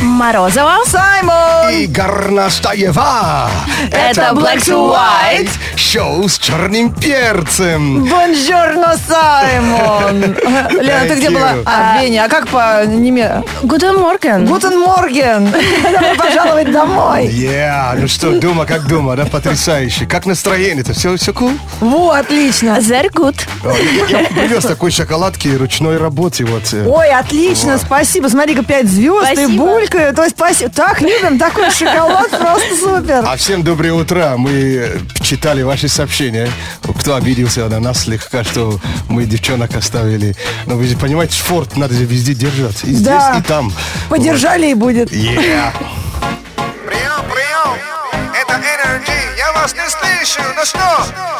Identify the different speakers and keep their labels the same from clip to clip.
Speaker 1: Морозова.
Speaker 2: Саймон!
Speaker 3: И Горнастаева.
Speaker 1: Это Black to White.
Speaker 3: Шоу с черным перцем.
Speaker 2: Бонжорно, Саймон! Лена, ты где
Speaker 3: Thank
Speaker 2: была?
Speaker 3: you.
Speaker 2: А, в Вене. А как по немецки?
Speaker 1: Гутен Морген.
Speaker 2: Гутен Морген! Добро пожаловать домой!
Speaker 3: Yeah, ну что, дома как дома, да, потрясающе. Как настроение-то, все, все cool?
Speaker 2: Во, отлично!
Speaker 1: Зер гуд.
Speaker 3: О, Я, я привез такой шоколадки ручной работе, вот. э,
Speaker 2: Ой, отлично, спасибо. Смотри-ка, 5 звезд и
Speaker 1: Спасибо.
Speaker 2: булькают. То есть, спасибо. Так любим такой шоколад, просто супер.
Speaker 3: А всем доброе утро. Мы э, читали ваши сообщения. Кто обиделся на нас слегка, что мы девчонок оставили. Но вы же понимаете, форт надо же везде держать. И здесь,
Speaker 2: Да.
Speaker 3: и там.
Speaker 2: Подержали и будет.
Speaker 3: Вот. Yeah.
Speaker 4: Прием, прием! Это Energy! Я вас не слышу! Ну что,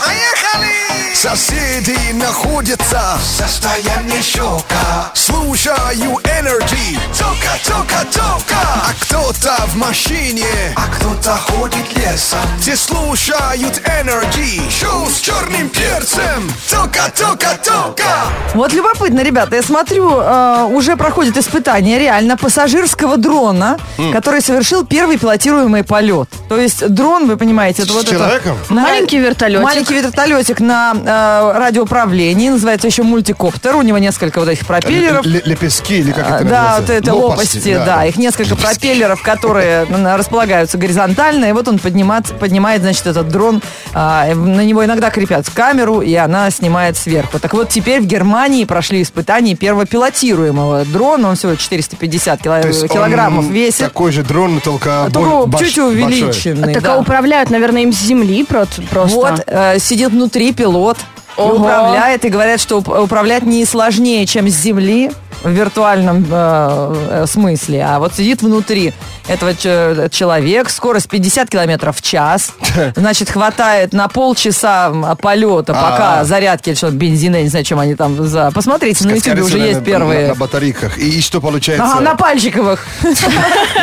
Speaker 4: поехали!
Speaker 5: Соседи находятся в состоянии шока Слушаю Energy Тока, тока, тока А кто-то в машине А кто-то ходит лесом Все слушают Energy Шоу с черным перцем Тока, тока, тока
Speaker 2: Вот любопытно, ребята, я смотрю, э, уже проходит испытание реально пассажирского дрона, который совершил первый пилотируемый полет. То есть дрон, вы понимаете, это
Speaker 3: С
Speaker 2: вот
Speaker 3: человеком?
Speaker 2: это... На-
Speaker 1: Маленький вертолетик.
Speaker 2: Маленький вертолетик на э, радиоуправлении, называется еще мультикоптер, у него несколько вот этих пропеллеров.
Speaker 3: Ле- Лепестки или как это
Speaker 2: А, Да,
Speaker 3: называется?
Speaker 2: вот это лопасти, да. Их несколько пропеллеров, которые н- располагаются горизонтально, и вот он поднимает, поднимает, значит, этот дрон. а, и на него иногда крепят камеру, и она снимает сверху. Так вот, теперь в Германии прошли испытания первого пилотируемого дрона. Он всего 450 кило-
Speaker 3: То есть он
Speaker 2: килограммов весит.
Speaker 3: Такой же дрон, но только,
Speaker 2: Только
Speaker 3: боль-
Speaker 2: чуть
Speaker 3: больш- большой.
Speaker 2: увеличенный.
Speaker 1: Так
Speaker 2: да.
Speaker 1: а управляют, наверное, им с земли про- просто.
Speaker 2: Вот, э, сидит внутри пилот и
Speaker 1: Ого.
Speaker 2: управляет, и говорят, что уп- управлять не сложнее, чем с земли в виртуальном э, э, смысле, а вот сидит внутри этого ч- э, человек, скорость 50 километров в час, значит, хватает на полчаса м, полета, пока
Speaker 3: А.
Speaker 2: зарядки, что бензина, я не знаю, чем они там за... Посмотрите, на YouTube
Speaker 3: Скорее
Speaker 2: уже
Speaker 3: всего,
Speaker 2: есть
Speaker 3: на-
Speaker 2: первые...
Speaker 3: На, на батарейках. И, и что получается?
Speaker 2: Ага, на пальчиковых.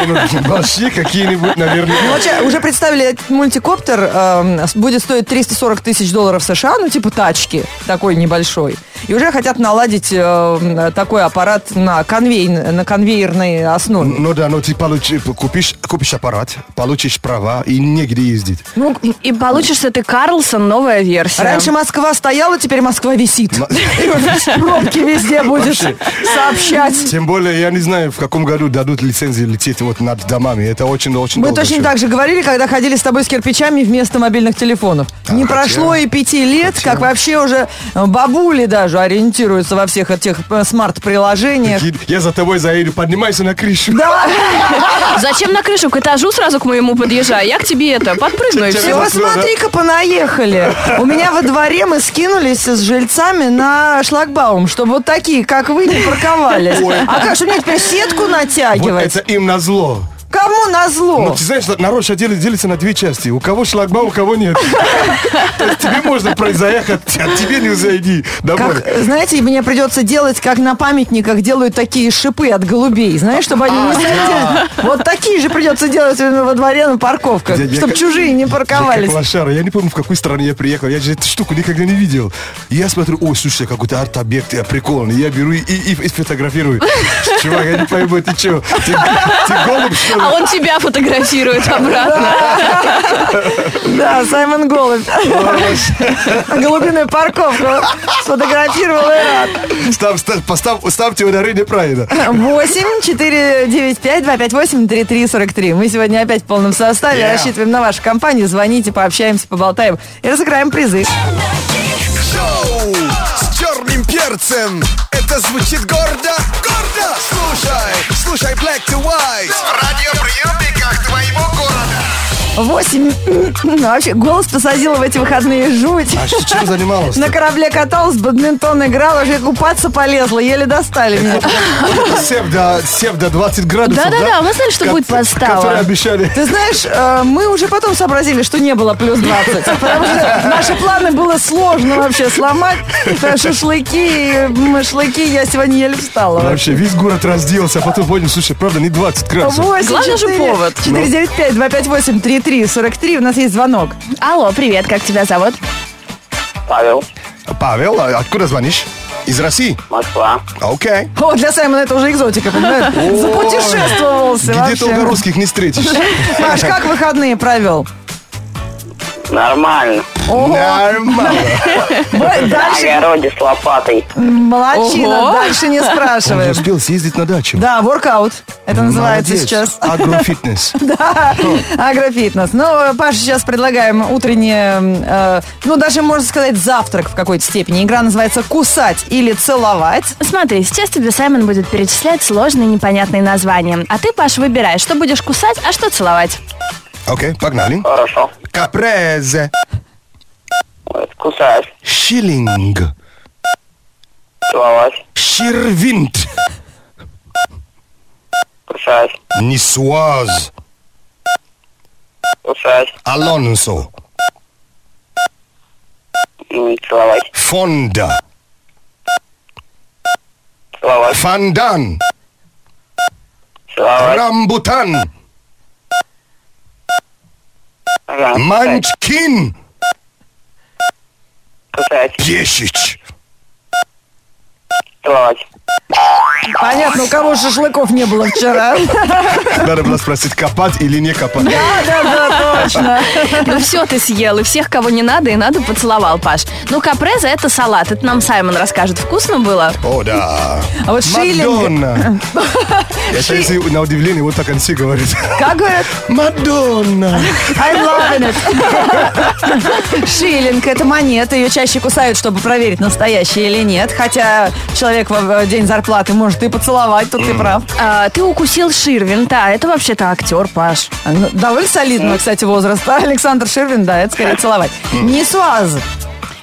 Speaker 3: Ну, Большие какие-нибудь,
Speaker 2: Ну,
Speaker 3: наверное.
Speaker 2: вообще, уже представили, этот мультикоптер эм, с- будет стоить 340 тысяч долларов США, ну, типа тачки, такой небольшой. И уже хотят наладить эм, такой аппарат на, конвей, на конвейерной основе.
Speaker 3: Ну да, но ты получи- купишь, купишь аппарат, получишь права и негде ездить.
Speaker 1: Ну, и получишься ты Карлсон, новая версия.
Speaker 2: Раньше Москва стояла, теперь Москва висит.
Speaker 3: М-
Speaker 2: Пробки везде будет сообщать.
Speaker 3: Тем более, я не знаю, в каком году дадут лицензии лететь вот над домами. Это очень-очень
Speaker 2: Мы
Speaker 3: долго
Speaker 2: точно
Speaker 3: еще.
Speaker 2: так же говорили, когда ходили с тобой с кирпичами вместо мобильных телефонов. Не
Speaker 3: хотя-
Speaker 2: прошло и пяти лет, как вообще уже э, бабули даже ориентируются во всех этих э, смарт-приложениях.
Speaker 3: Кид, Я за тобой заеду, поднимайся на крышу.
Speaker 2: Да,
Speaker 1: Зачем на крышу? К этажу сразу к моему подъезжай. Я к тебе это, подпрыгну и
Speaker 2: Ты
Speaker 1: все.
Speaker 2: посмотри-ка, понаехали. У меня во дворе мы скинулись с жильцами на шлагбаум, чтобы вот такие, как вы, не парковались. А как же мне теперь сетку
Speaker 3: Вот
Speaker 2: натягивать?
Speaker 3: это им назло.
Speaker 2: Кому
Speaker 3: Ну,
Speaker 2: назло?
Speaker 3: ты знаешь, что народ сейчас дели- делится на две части. У кого шлагбаум, у кого нет. То есть тебе можно про- заехать, а тебе не зайди домой.
Speaker 2: Как, э, знаете, мне придется делать, как на памятниках делают такие шипы от голубей, знаешь, чтобы они
Speaker 3: А.
Speaker 2: не залетели. Вот такие же придется делать во дворе на парковках,
Speaker 3: Я- я
Speaker 2: чтобы
Speaker 3: как-
Speaker 2: чужие не
Speaker 3: Я
Speaker 2: парковались.
Speaker 3: как лошара. Я не помню, в какой стране я приехал. Я же эту штуку никогда не видел. И я смотрю, ой, слушай, какой-то арт-объект, я прикольный. Я беру и, и- и фотографирую. Чувак, я не пойму, ты что? Ты, ты голубь, что ли?
Speaker 1: А он тебя фотографирует обратно.
Speaker 2: Да, Саймон Голубь. Голубиную парковку сфотографировал и рад.
Speaker 3: Став- став- постав- ставьте ударение правильно.
Speaker 2: 8 4 9 5 2 5 8 3 3 43. Мы сегодня опять в полном составе.
Speaker 3: Yeah.
Speaker 2: Рассчитываем на вашу компанию. Звоните, пообщаемся, поболтаем и разыграем призы.
Speaker 5: Шоу с черным перцем Это звучит гордо, гордо Слушай, слушай Black to White
Speaker 4: В радиоприемниках твоего города!
Speaker 2: 8. Ну, Вообще, голос посадила в эти выходные жуть.
Speaker 3: А что- чем занималась?
Speaker 2: На корабле каталась, в бадминтон играла, уже купаться полезла, еле достали меня.
Speaker 3: Сев до, сев до 20 градусов, да?
Speaker 1: Да-да-да, мы знали, что
Speaker 3: Ко-
Speaker 1: будет подстава.
Speaker 3: Которые обещали.
Speaker 2: Ты знаешь, э, мы уже потом сообразили, что не было плюс 20. Потому что наши планы было сложно вообще сломать. Потому что Шашлыки, э, шашлыки я сегодня еле встала.
Speaker 3: Вообще, весь город разделся, а потом понял, слушай, правда, не 20 градусов.
Speaker 1: Главное же повод. ну.
Speaker 2: 495 258 3343. У нас есть звонок.
Speaker 1: Алло, привет, как тебя зовут?
Speaker 6: Павел,
Speaker 3: Павел, а откуда звонишь? Из России?
Speaker 6: Москва.
Speaker 3: Окей.
Speaker 2: О, для Саймона это уже экзотика, понимаешь? Запутешествовался
Speaker 3: Где только
Speaker 2: вообще.
Speaker 3: русских не встретишь.
Speaker 2: Паш, как выходные провел?
Speaker 6: Нормально.
Speaker 3: Нормально.
Speaker 2: Б-
Speaker 6: На
Speaker 2: Дальше,
Speaker 6: огороде с лопатой.
Speaker 2: молодчина,
Speaker 1: Ого.
Speaker 2: дальше не
Speaker 3: Он же
Speaker 2: спрашиваем.
Speaker 3: успел съездить на дачу.
Speaker 2: Да, воркаут. Это называется
Speaker 3: Молодец.
Speaker 2: сейчас.
Speaker 3: Агрофитнес.
Speaker 2: Да, агрофитнес. Ну, Паша, сейчас предлагаем утреннее, э, ну, даже можно сказать, завтрак в какой-то степени. Игра называется «Кусать или целовать».
Speaker 7: Смотри, сейчас тебе Саймон будет перечислять сложные непонятные названия. А ты, Паш, выбирай, что будешь кусать, а что целовать.
Speaker 3: Окей, погнали.
Speaker 6: Хорошо.
Speaker 3: Капрезе.
Speaker 6: Вот, Кусаешь.
Speaker 3: Шиллинг.
Speaker 6: Целовать.
Speaker 3: Ширвинт.
Speaker 6: Кусаешь.
Speaker 3: Нисуаз.
Speaker 6: Кусаешь.
Speaker 3: Алонсо.
Speaker 6: М, Целовать.
Speaker 3: Фонда.
Speaker 6: Целовать.
Speaker 3: Фандан.
Speaker 6: Целовать.
Speaker 3: Рамбутан.
Speaker 6: Ага, кусать,
Speaker 3: Манчкин.
Speaker 6: Кусать.
Speaker 3: Пешич.
Speaker 6: Целовать.
Speaker 2: Понятно, у кого шашлыков не было вчера.
Speaker 3: Надо было спросить, копать или не копать.
Speaker 2: Да-да-да, точно.
Speaker 1: Ну все ты съел, и всех, кого не надо, и надо, поцеловал, Паш. Ну, капреза – это салат. Это нам Саймон расскажет. Вкусно было?
Speaker 3: О, да.
Speaker 2: А вот шиллинг,
Speaker 3: Мадонна. Это если на удивление вот так он все говорит.
Speaker 2: как говорят,
Speaker 3: Мадонна.
Speaker 2: I love it. Шиллинг – это монета, ее чаще кусают, чтобы проверить, настоящая или нет. Хотя человек в э, день зарплаты может и поцеловать, тут ты прав.
Speaker 1: А, ты укусил Ширвинта. Это вообще-то актер, Паш.
Speaker 2: Ну, Довольно солидного, кстати, возраста. Александр Ширвин, да, это скорее целовать. Не суаз.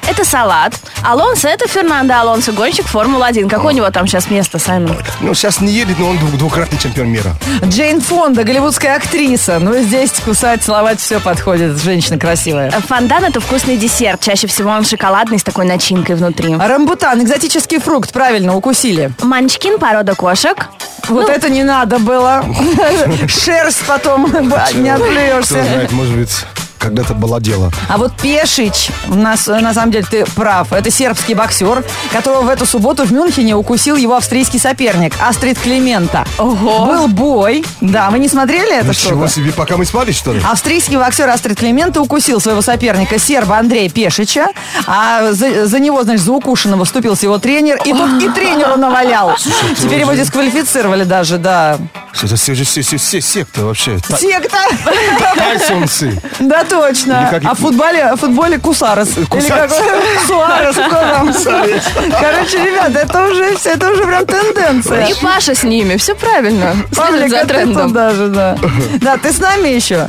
Speaker 1: Это салат. Алонсо – это Фернандо Алонсо, гонщик Формулы-1. Какое у него там сейчас место, Саймон?
Speaker 3: Ну, сейчас не едет, но он дву- двукратный чемпион мира.
Speaker 2: Джейн Фонда, голливудская актриса. Ну, здесь кусать, целовать все подходит. Женщина красивая.
Speaker 7: Фондан – это вкусный десерт. Чаще всего он шоколадный с такой начинкой внутри.
Speaker 2: Рамбутан, экзотический фрукт, правильно, укусили.
Speaker 7: Манчкин – порода кошек.
Speaker 2: Вот это не надо было. Шерсть потом не
Speaker 3: Кто
Speaker 2: отплюешься.
Speaker 3: знает, может быть, когда-то было дело.
Speaker 2: А вот Пешич, у нас, э, на самом деле, ты прав, это сербский боксер, которого в эту субботу в Мюнхене укусил его австрийский соперник Астрид Климента.
Speaker 1: Ого.
Speaker 2: Был бой. Да, вы не смотрели это
Speaker 3: Ничего
Speaker 2: что-то?
Speaker 3: себе, пока мы спали, что ли?
Speaker 2: Австрийский боксер Астрид Климента укусил своего соперника серба Андрея Пешича, а за, за него, значит, за укушенного вступился его тренер, и тут и тренеру навалял. Теперь его дисквалифицировали даже, да.
Speaker 3: Что Это все же все, все, все секты вообще. Та-
Speaker 2: Секта!
Speaker 3: Тайсонсы.
Speaker 2: Да, точно.
Speaker 3: Или как-
Speaker 2: А в футболе, о футболе Кусарес. Или
Speaker 3: Кусарес.
Speaker 2: как Суарес, кто там? Короче, ребята, это уже, все, это уже прям тенденция.
Speaker 1: И Паша с ними. Все правильно. Следит
Speaker 2: Павлик,
Speaker 1: за
Speaker 2: а ты тут
Speaker 1: трендом.
Speaker 2: даже, да. Да, ты с нами еще?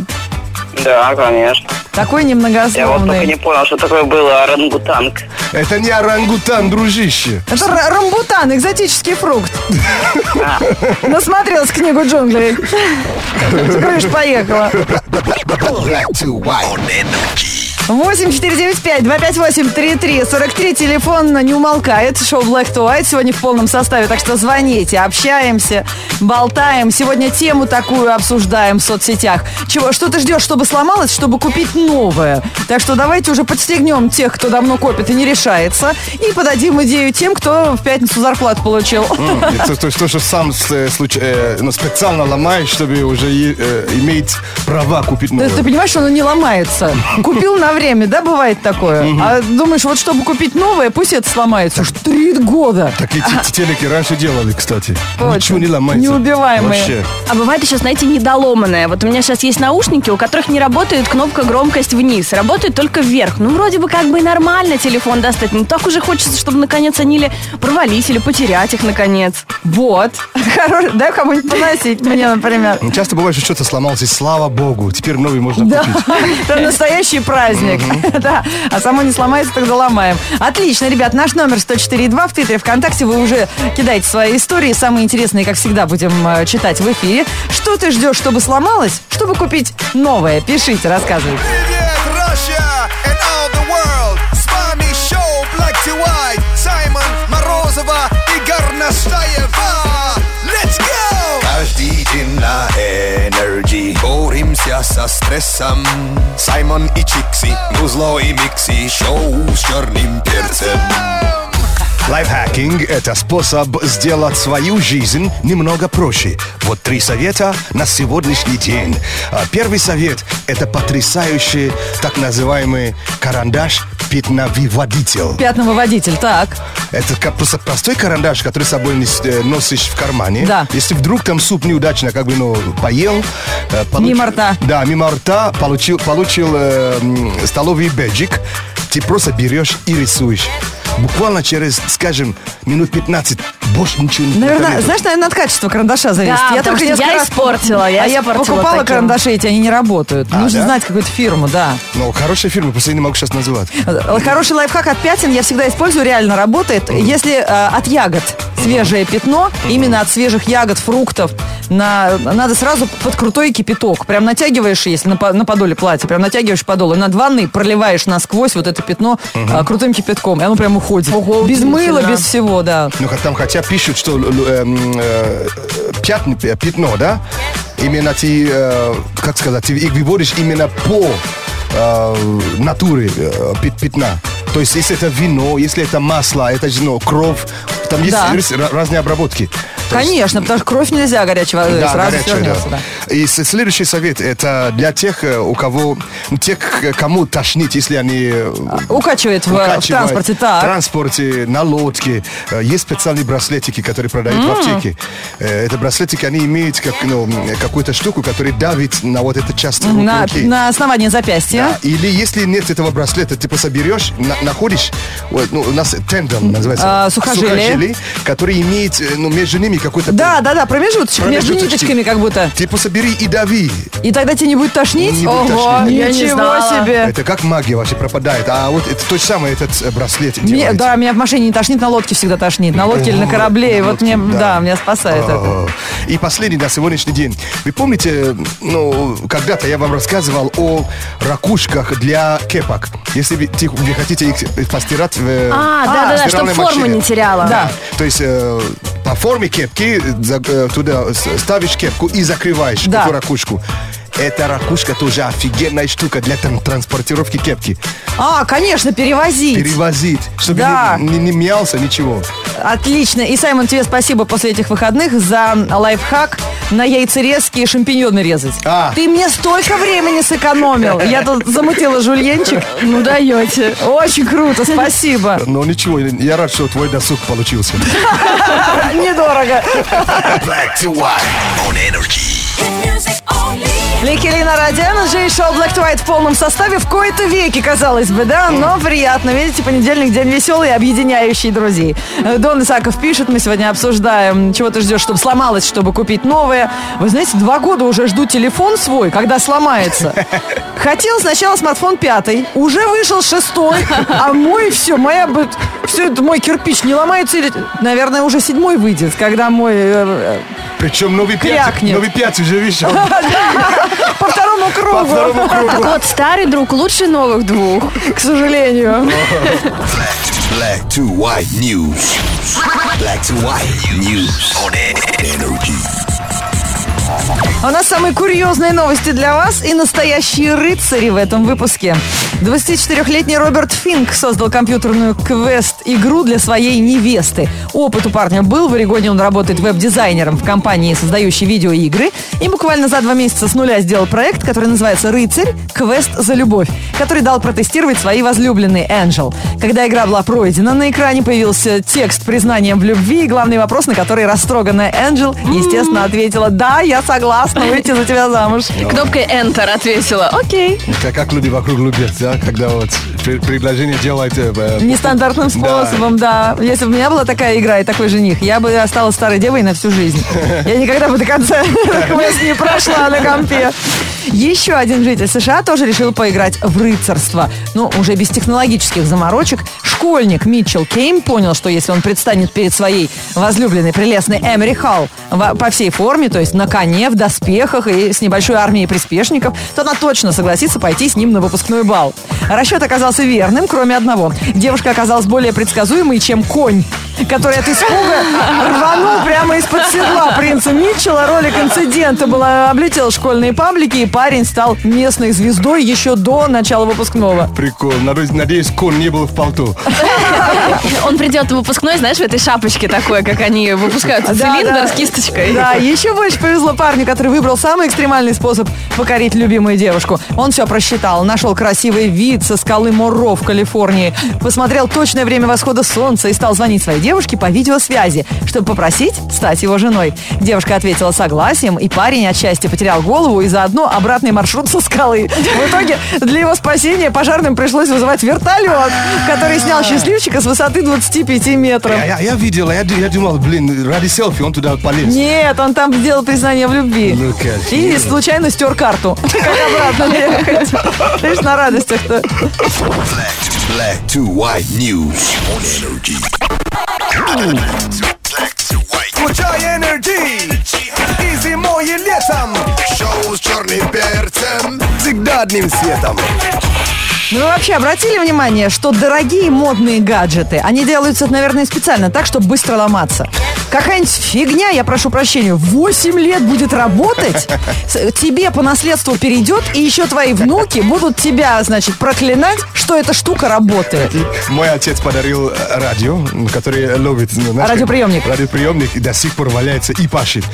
Speaker 6: Да, конечно.
Speaker 2: Такой
Speaker 6: Я вот только не
Speaker 2: немногословный.
Speaker 6: понял, что такое было орангутанг.
Speaker 3: Это не орангутан, дружище.
Speaker 2: Это ра- рамбутан, экзотический фрукт.
Speaker 6: А.
Speaker 2: Насмотрелась книгу джунглей. Крыш поехала. 8495-258-3343. Телефон не умолкает. Шоу Black to White сегодня в полном составе. Так что звоните, общаемся, болтаем. Сегодня тему такую обсуждаем в соцсетях. Чего, что ты ждешь, чтобы сломалось, чтобы купить новое? Так что давайте уже подстегнем тех, кто давно копит и не решается. И подадим идею тем, кто в пятницу зарплату получил.
Speaker 3: М, это То, что- что сам с- э, случ- э, ну, специально ломаешь, чтобы уже е- э, иметь права купить
Speaker 2: Ты, ты
Speaker 3: новое.
Speaker 2: понимаешь, что оно не ломается. Купил на время, да, бывает такое? А думаешь, вот чтобы купить новое, пусть это сломается. Уж три года.
Speaker 3: Такие те- те- телеки раньше делали, кстати.
Speaker 2: Точно.
Speaker 3: Ничего не ломается.
Speaker 2: Неубиваемые.
Speaker 3: Вообще.
Speaker 1: А бывает еще, знаете, недоломанное. Вот у меня сейчас есть наушники, у которых не работает кнопка громкость вниз. Работает только вверх. Ну, вроде бы как бы и нормально телефон достать. Но так уже хочется, чтобы наконец они или порвались, или потерять их наконец.
Speaker 2: Вот. Хорош. Дай кому-нибудь поносить мне, например.
Speaker 3: Ну, Часто бывает, что что-то сломалось, и слава богу, теперь новый можно
Speaker 2: Да,
Speaker 3: купить.
Speaker 2: это настоящий праздник. Да, а само не сломается, тогда ломаем. Отлично, ребят, наш номер 104.2 в Твиттере ВКонтакте. Вы уже кидаете свои истории. Самые интересные, как всегда, будем э, читать в эфире. Что ты ждешь, чтобы сломалось, чтобы купить новое? Пишите, рассказывайте.
Speaker 5: Привет, Russia and all the world! С вами шоу Black to White, Саймон Морозова и Горностаева. Let's go! Каждый день на Energy боремся со стрессом. Саймон и Чикси, Музло и Микси, шоу с черным перцем.
Speaker 3: Лайфхакинг – это способ сделать свою жизнь немного проще. Вот три совета на сегодняшний день. А, Первый совет – это потрясающий так называемый карандаш пятновыводитель.
Speaker 2: Пятновыводитель, так.
Speaker 3: Это как просто простой карандаш, который с собой нес- э, носишь в кармане.
Speaker 2: Да.
Speaker 3: Если вдруг там суп неудачно как бы, ну, поел. э,
Speaker 2: Мимо рта.
Speaker 3: Да, мимо рта получил, получил э, м, столовый бэджик. Ты просто берешь и рисуешь. Буквально через, скажем, минут 15 больше ничего не
Speaker 2: Наверное,
Speaker 3: нету.
Speaker 2: знаешь, наверное, от качества карандаша зависит.
Speaker 1: Да, потому что
Speaker 2: несколько
Speaker 1: я
Speaker 2: раз
Speaker 1: испортила, я
Speaker 2: а я
Speaker 1: испортила
Speaker 2: покупала
Speaker 1: таким.
Speaker 2: карандаши эти, они не работают.
Speaker 3: А,
Speaker 2: Нужно
Speaker 3: да?
Speaker 2: знать какую-то фирму, да.
Speaker 3: Ну, хорошие фильмы, просто я не могу сейчас называть.
Speaker 2: Э, Хороший лайфхак от пятен я всегда использую, реально работает. Если э, от ягод свежее пятно, именно от свежих ягод, фруктов, на, надо сразу под крутой кипяток. Прям натягиваешь, если на, по- на подоле платья, прям натягиваешь подол и над ванной проливаешь насквозь вот это пятно э, крутым кипятком, и оно прям уходит. без мыла,
Speaker 1: удивительно.
Speaker 2: без всего, да.
Speaker 3: Ну, как там хотя пишут, что л- л- эм, э, пятн- э, пятно, да? Именно ты, э, как сказать, ты их выводишь именно по э, натуре э, пят- пятна. То есть, если это вино, если это масло, это же, ну, кровь, там есть
Speaker 2: Да.
Speaker 3: рис- ра- разные обработки. То есть-
Speaker 2: Конечно, потому что кровь нельзя горячей водой,
Speaker 3: да,
Speaker 2: сразу
Speaker 3: горячая,
Speaker 2: свернется.
Speaker 3: да.
Speaker 2: да.
Speaker 3: И с- следующий совет, это для тех, э, у кого, ну, тех, к- кому тошнит, если они э,
Speaker 2: Укачивает в, в
Speaker 3: укачивает
Speaker 2: транспорте,
Speaker 3: В
Speaker 2: так.
Speaker 3: транспорте, на лодке. Э, Есть специальные браслетики, которые продают в аптеке. Э, Это браслетики, они имеют как, ну, м, какую-то штуку, которая давит на вот эту часть ру-
Speaker 2: На,
Speaker 3: руки.
Speaker 2: на основании запястья.
Speaker 3: Да, Или если нет этого браслета, ты просто берешь, на- находишь, вот, ну, у нас тендон называется.
Speaker 2: А, сухожилие.
Speaker 3: который имеет э, ну, между ними какой-то...
Speaker 2: Да, да, да, промежуточек между
Speaker 3: промежуточки.
Speaker 2: ниточками как будто.
Speaker 3: Ты просто бери и дави.
Speaker 2: И тогда тебя не будет тошнить?
Speaker 3: Не будет
Speaker 2: Ого,
Speaker 3: тошнить.
Speaker 1: Я не
Speaker 2: ничего
Speaker 1: знала.
Speaker 2: себе.
Speaker 3: Это как магия вообще пропадает. А вот это то же самое этот э, браслет
Speaker 2: Мне-
Speaker 3: делает.
Speaker 2: да, меня в машине не тошнит, на лодке всегда тошнит. На лодке или на корабле. И вот мне,
Speaker 3: лодке,
Speaker 2: да,
Speaker 3: да.
Speaker 2: меня спасает это.
Speaker 3: О, А, И последний на сегодняшний день. Вы помните, ну, когда-то я вам рассказывал о ракушках для кепок. Если вы, те- вы хотите их постирать в э,
Speaker 1: А, да-да-да, чтобы
Speaker 3: стиральной
Speaker 1: форму
Speaker 3: машине.
Speaker 1: не теряла.
Speaker 2: Да.
Speaker 3: То есть э, по форме кепки э, за- э, туда с- ставишь кепку и закрываешь
Speaker 2: Да.
Speaker 3: эту ракушку. Эта ракушка тоже офигенная штука для тран- транспортировки кепки.
Speaker 2: А, конечно, перевозить.
Speaker 3: Перевозить, чтобы
Speaker 2: Да.
Speaker 3: не, не- не мялся ничего.
Speaker 2: Отлично. И, Саймон, тебе спасибо после этих выходных за лайфхак на яйцерезки и шампиньоны резать.
Speaker 3: А.
Speaker 2: Ты мне столько времени сэкономил. Я тут замутила жульенчик. Ну, даете. Очень круто, спасибо.
Speaker 3: Но ничего, я рад, что твой досуг получился.
Speaker 2: Недорого.
Speaker 5: Black to white on energy.
Speaker 2: Ликелина Родяна, же и шоу Black to White в полном составе в кои-то веки, казалось бы, да? Но приятно. Видите, понедельник день веселый, объединяющий друзей. Э, Дон Исаков пишет, мы сегодня обсуждаем, чего ты ждешь, чтобы сломалось, чтобы купить новое. Вы знаете, два года уже жду телефон свой, когда сломается. Хотел сначала смартфон пятый, уже вышел шестой, а мой все, моя бы... Все это мой кирпич не ломается или... Наверное, уже седьмой выйдет, когда мой... э,
Speaker 3: Причем новый пять,
Speaker 2: Крякнет.
Speaker 3: новый пять уже вышел.
Speaker 2: э, По второму
Speaker 3: По
Speaker 2: кругу.
Speaker 3: второму кругу.
Speaker 1: Так вот, старый друг лучше новых двух.
Speaker 2: к сожалению.
Speaker 5: Black to white news. Black to white news on energy.
Speaker 2: А У нас самые курьезные новости для вас и настоящие рыцари в этом выпуске. 24-летний Роберт Финк создал компьютерную квест-игру для своей невесты. Опыт у парня был, в Орегоне он работает веб-дизайнером в компании, создающей видеоигры, и буквально за два месяца с нуля сделал проект, который называется «Рыцарь. Квест за любовь», который дал протестировать свои возлюбленные Энджел. Когда игра была пройдена, на экране появился текст признанием в любви и главный вопрос, на который растроганная Энджел, естественно, ответила «Да, я согласна выйти за тебя замуж».
Speaker 1: Кнопкой Enter ответила. Окей.
Speaker 3: Как, как люди вокруг любят, да, когда вот пре- предложение делают. э, э,
Speaker 2: Нестандартным способом, да. Если бы у меня была такая игра и такой жених, я бы осталась старой девой на всю жизнь. Я никогда бы до конца квест не прошла на компе. Еще один житель США тоже решил поиграть в рыцарство. Но уже без технологических заморочек. Школьник Митчелл Кейм понял, что если он предстанет перед своей возлюбленной прелестной Эмери Халл во- по всей форме, то есть на коне, в доспехах и с небольшой армией приспешников, то она точно согласится пойти с ним на выпускной бал. Расчет оказался верным, кроме одного. Девушка оказалась более предсказуемой, чем конь, который от испуга рванул прямо из-под седла принца Терренса Митчелла ролик инцидента была облетел школьные паблики, и парень стал местной звездой еще до начала выпускного.
Speaker 3: Прикол. Надеюсь, надеюсь, кон не был в пальто.
Speaker 1: Он придет в выпускной, знаешь, в этой шапочке такой, как они выпускаются,
Speaker 2: Да,
Speaker 1: цилиндр
Speaker 2: да.
Speaker 1: с кисточкой.
Speaker 2: Да, еще больше повезло парню, который выбрал самый экстремальный способ покорить любимую девушку. Он все просчитал, нашел красивый вид со скалы Морро в Калифорнии, посмотрел точное время восхода солнца и стал звонить своей девушке по видеосвязи, чтобы попросить стать его женой. Девушка ответила согласием, и парень от счастья потерял голову и заодно обратный маршрут со скалы. В итоге для его спасения пожарным пришлось вызывать вертолет, который снял счастливчика с высоты 25 метров.
Speaker 3: Я, я- я видел, я, ду- я думал, блин, ради селфи он туда полез.
Speaker 2: Нет, он там сделал признание в любви.
Speaker 3: Ну, конечно.
Speaker 2: И случайно стер карту. Как обратно ехать. Лишь на радостях-то.
Speaker 5: Black to, black to white news on energy. Black to white.
Speaker 4: Включай энергии и зимой, и летом.
Speaker 5: Шоу с черным перцем. Всегда одним светом.
Speaker 2: Ну, вы вообще обратили внимание, что дорогие модные гаджеты, они делаются, наверное, специально так, чтобы быстро ломаться. Какая-нибудь фигня, я прошу прощения, 8 лет будет работать, с- тебе по наследству перейдет, и еще твои внуки будут тебя, значит, проклинать, что эта штука работает.
Speaker 3: Мой отец подарил э, радио, который ловит. ну, знаешь, как-
Speaker 2: Радиоприемник.
Speaker 3: Радиоприемник и до сих пор валяется и пашет.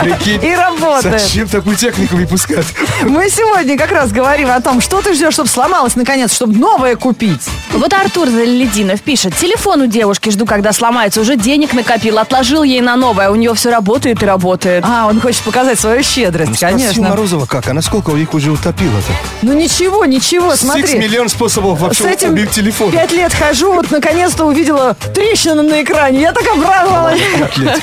Speaker 3: Прикинь,
Speaker 2: И работает.
Speaker 3: Зачем такую технику выпускать?
Speaker 2: Мы сегодня как раз говорим о том, что ты ждешь, чтобы сломалось наконец, чтобы новое купить.
Speaker 1: Вот Артур Залединов пишет. Телефон у девушки жду, когда сломается. Уже денег накопил, отложил ей на новое. У нее все работает и работает.
Speaker 2: А, он хочет показать свою щедрость,
Speaker 3: Спроси у
Speaker 2: конечно.
Speaker 3: Морозова как, она сколько их уже утопила-то?
Speaker 2: Ну ничего, ничего,
Speaker 3: Сикс
Speaker 2: смотри.
Speaker 3: миллион способов
Speaker 2: С
Speaker 3: вообще
Speaker 2: этим
Speaker 3: убить телефон.
Speaker 2: пять лет хожу, вот наконец-то увидела трещину на экране. Я так обрадовалась.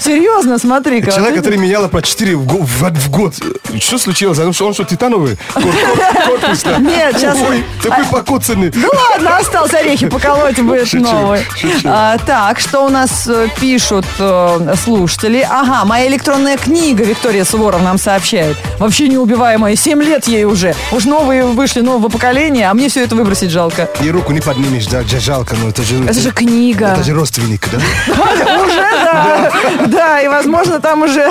Speaker 2: Серьезно, смотри-ка.
Speaker 3: Человек,
Speaker 2: вот
Speaker 3: который меняла про 4 в, го- в- в год. Что случилось? Он что, он что титановый? Кор- кор- Корпус да?
Speaker 2: Нет, сейчас-
Speaker 3: Ой, такой покоцанный.
Speaker 2: Ну ладно, остался орехи, поколотим, будет
Speaker 3: Шучу,
Speaker 2: новый.
Speaker 3: шучу.
Speaker 2: А, так, что у нас э, пишут э, слушатели? Ага, моя электронная книга, Виктория Суворов нам сообщает. Вообще неубиваемая, 7 лет ей уже. Уж новые вышли, нового поколения, а мне все это выбросить жалко.
Speaker 3: И руку не поднимешь, да, жа- жалко, но это же...
Speaker 1: Это же книга.
Speaker 3: Это же родственник, да?
Speaker 2: Уже, да. Да, и, возможно, там уже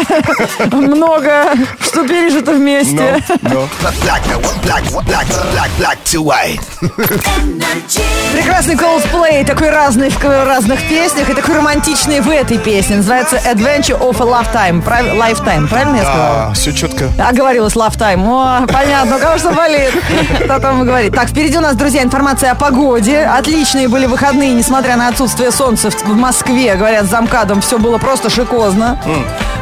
Speaker 2: много что пережито вместе.
Speaker 3: Но, но.
Speaker 5: Black, black, black, black, black to white.
Speaker 2: Прекрасный коллсплей, такой разный в к- разных песнях и такой романтичный в этой песне. Называется Adventure of a Lifetime. Прав- Lifetime, правильно я сказала?
Speaker 3: все четко.
Speaker 2: Оговорилась лафтайм. О, понятно, у кого что болит. Кто там говорит. Так, впереди у нас, друзья, информация о погоде. Отличные были выходные, несмотря на отсутствие солнца в, в Москве. Говорят, с замкадом все было просто шикозно.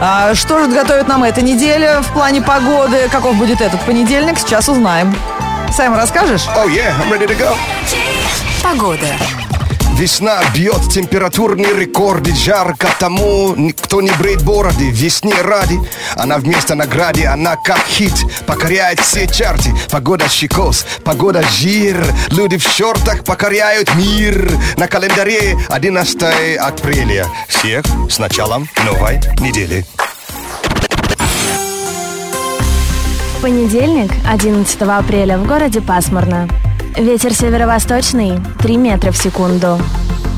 Speaker 2: А что же готовит нам эта неделя в плане погоды? Каков будет этот понедельник? Сейчас узнаем. Сэм, расскажешь?
Speaker 3: Oh yeah, I'm ready to go. Весна бьет температурные рекорды Жарко тому, ни- кто не бреет бороды Весне ради, она вместо награды Она как хит, покоряет все чарты Погода щекос, погода жир Люди в шортах покоряют мир На календаре 11 апреля Всех с началом новой недели
Speaker 7: Понедельник, 11 апреля, в городе пасмурно. Ветер северо-восточный 3 метра в секунду.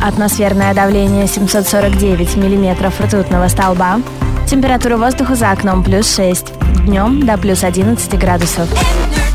Speaker 7: Атмосферное давление 749 миллиметров ртутного столба. Температура воздуха за окном плюс 6. Днем до плюс 11 градусов.
Speaker 8: energy.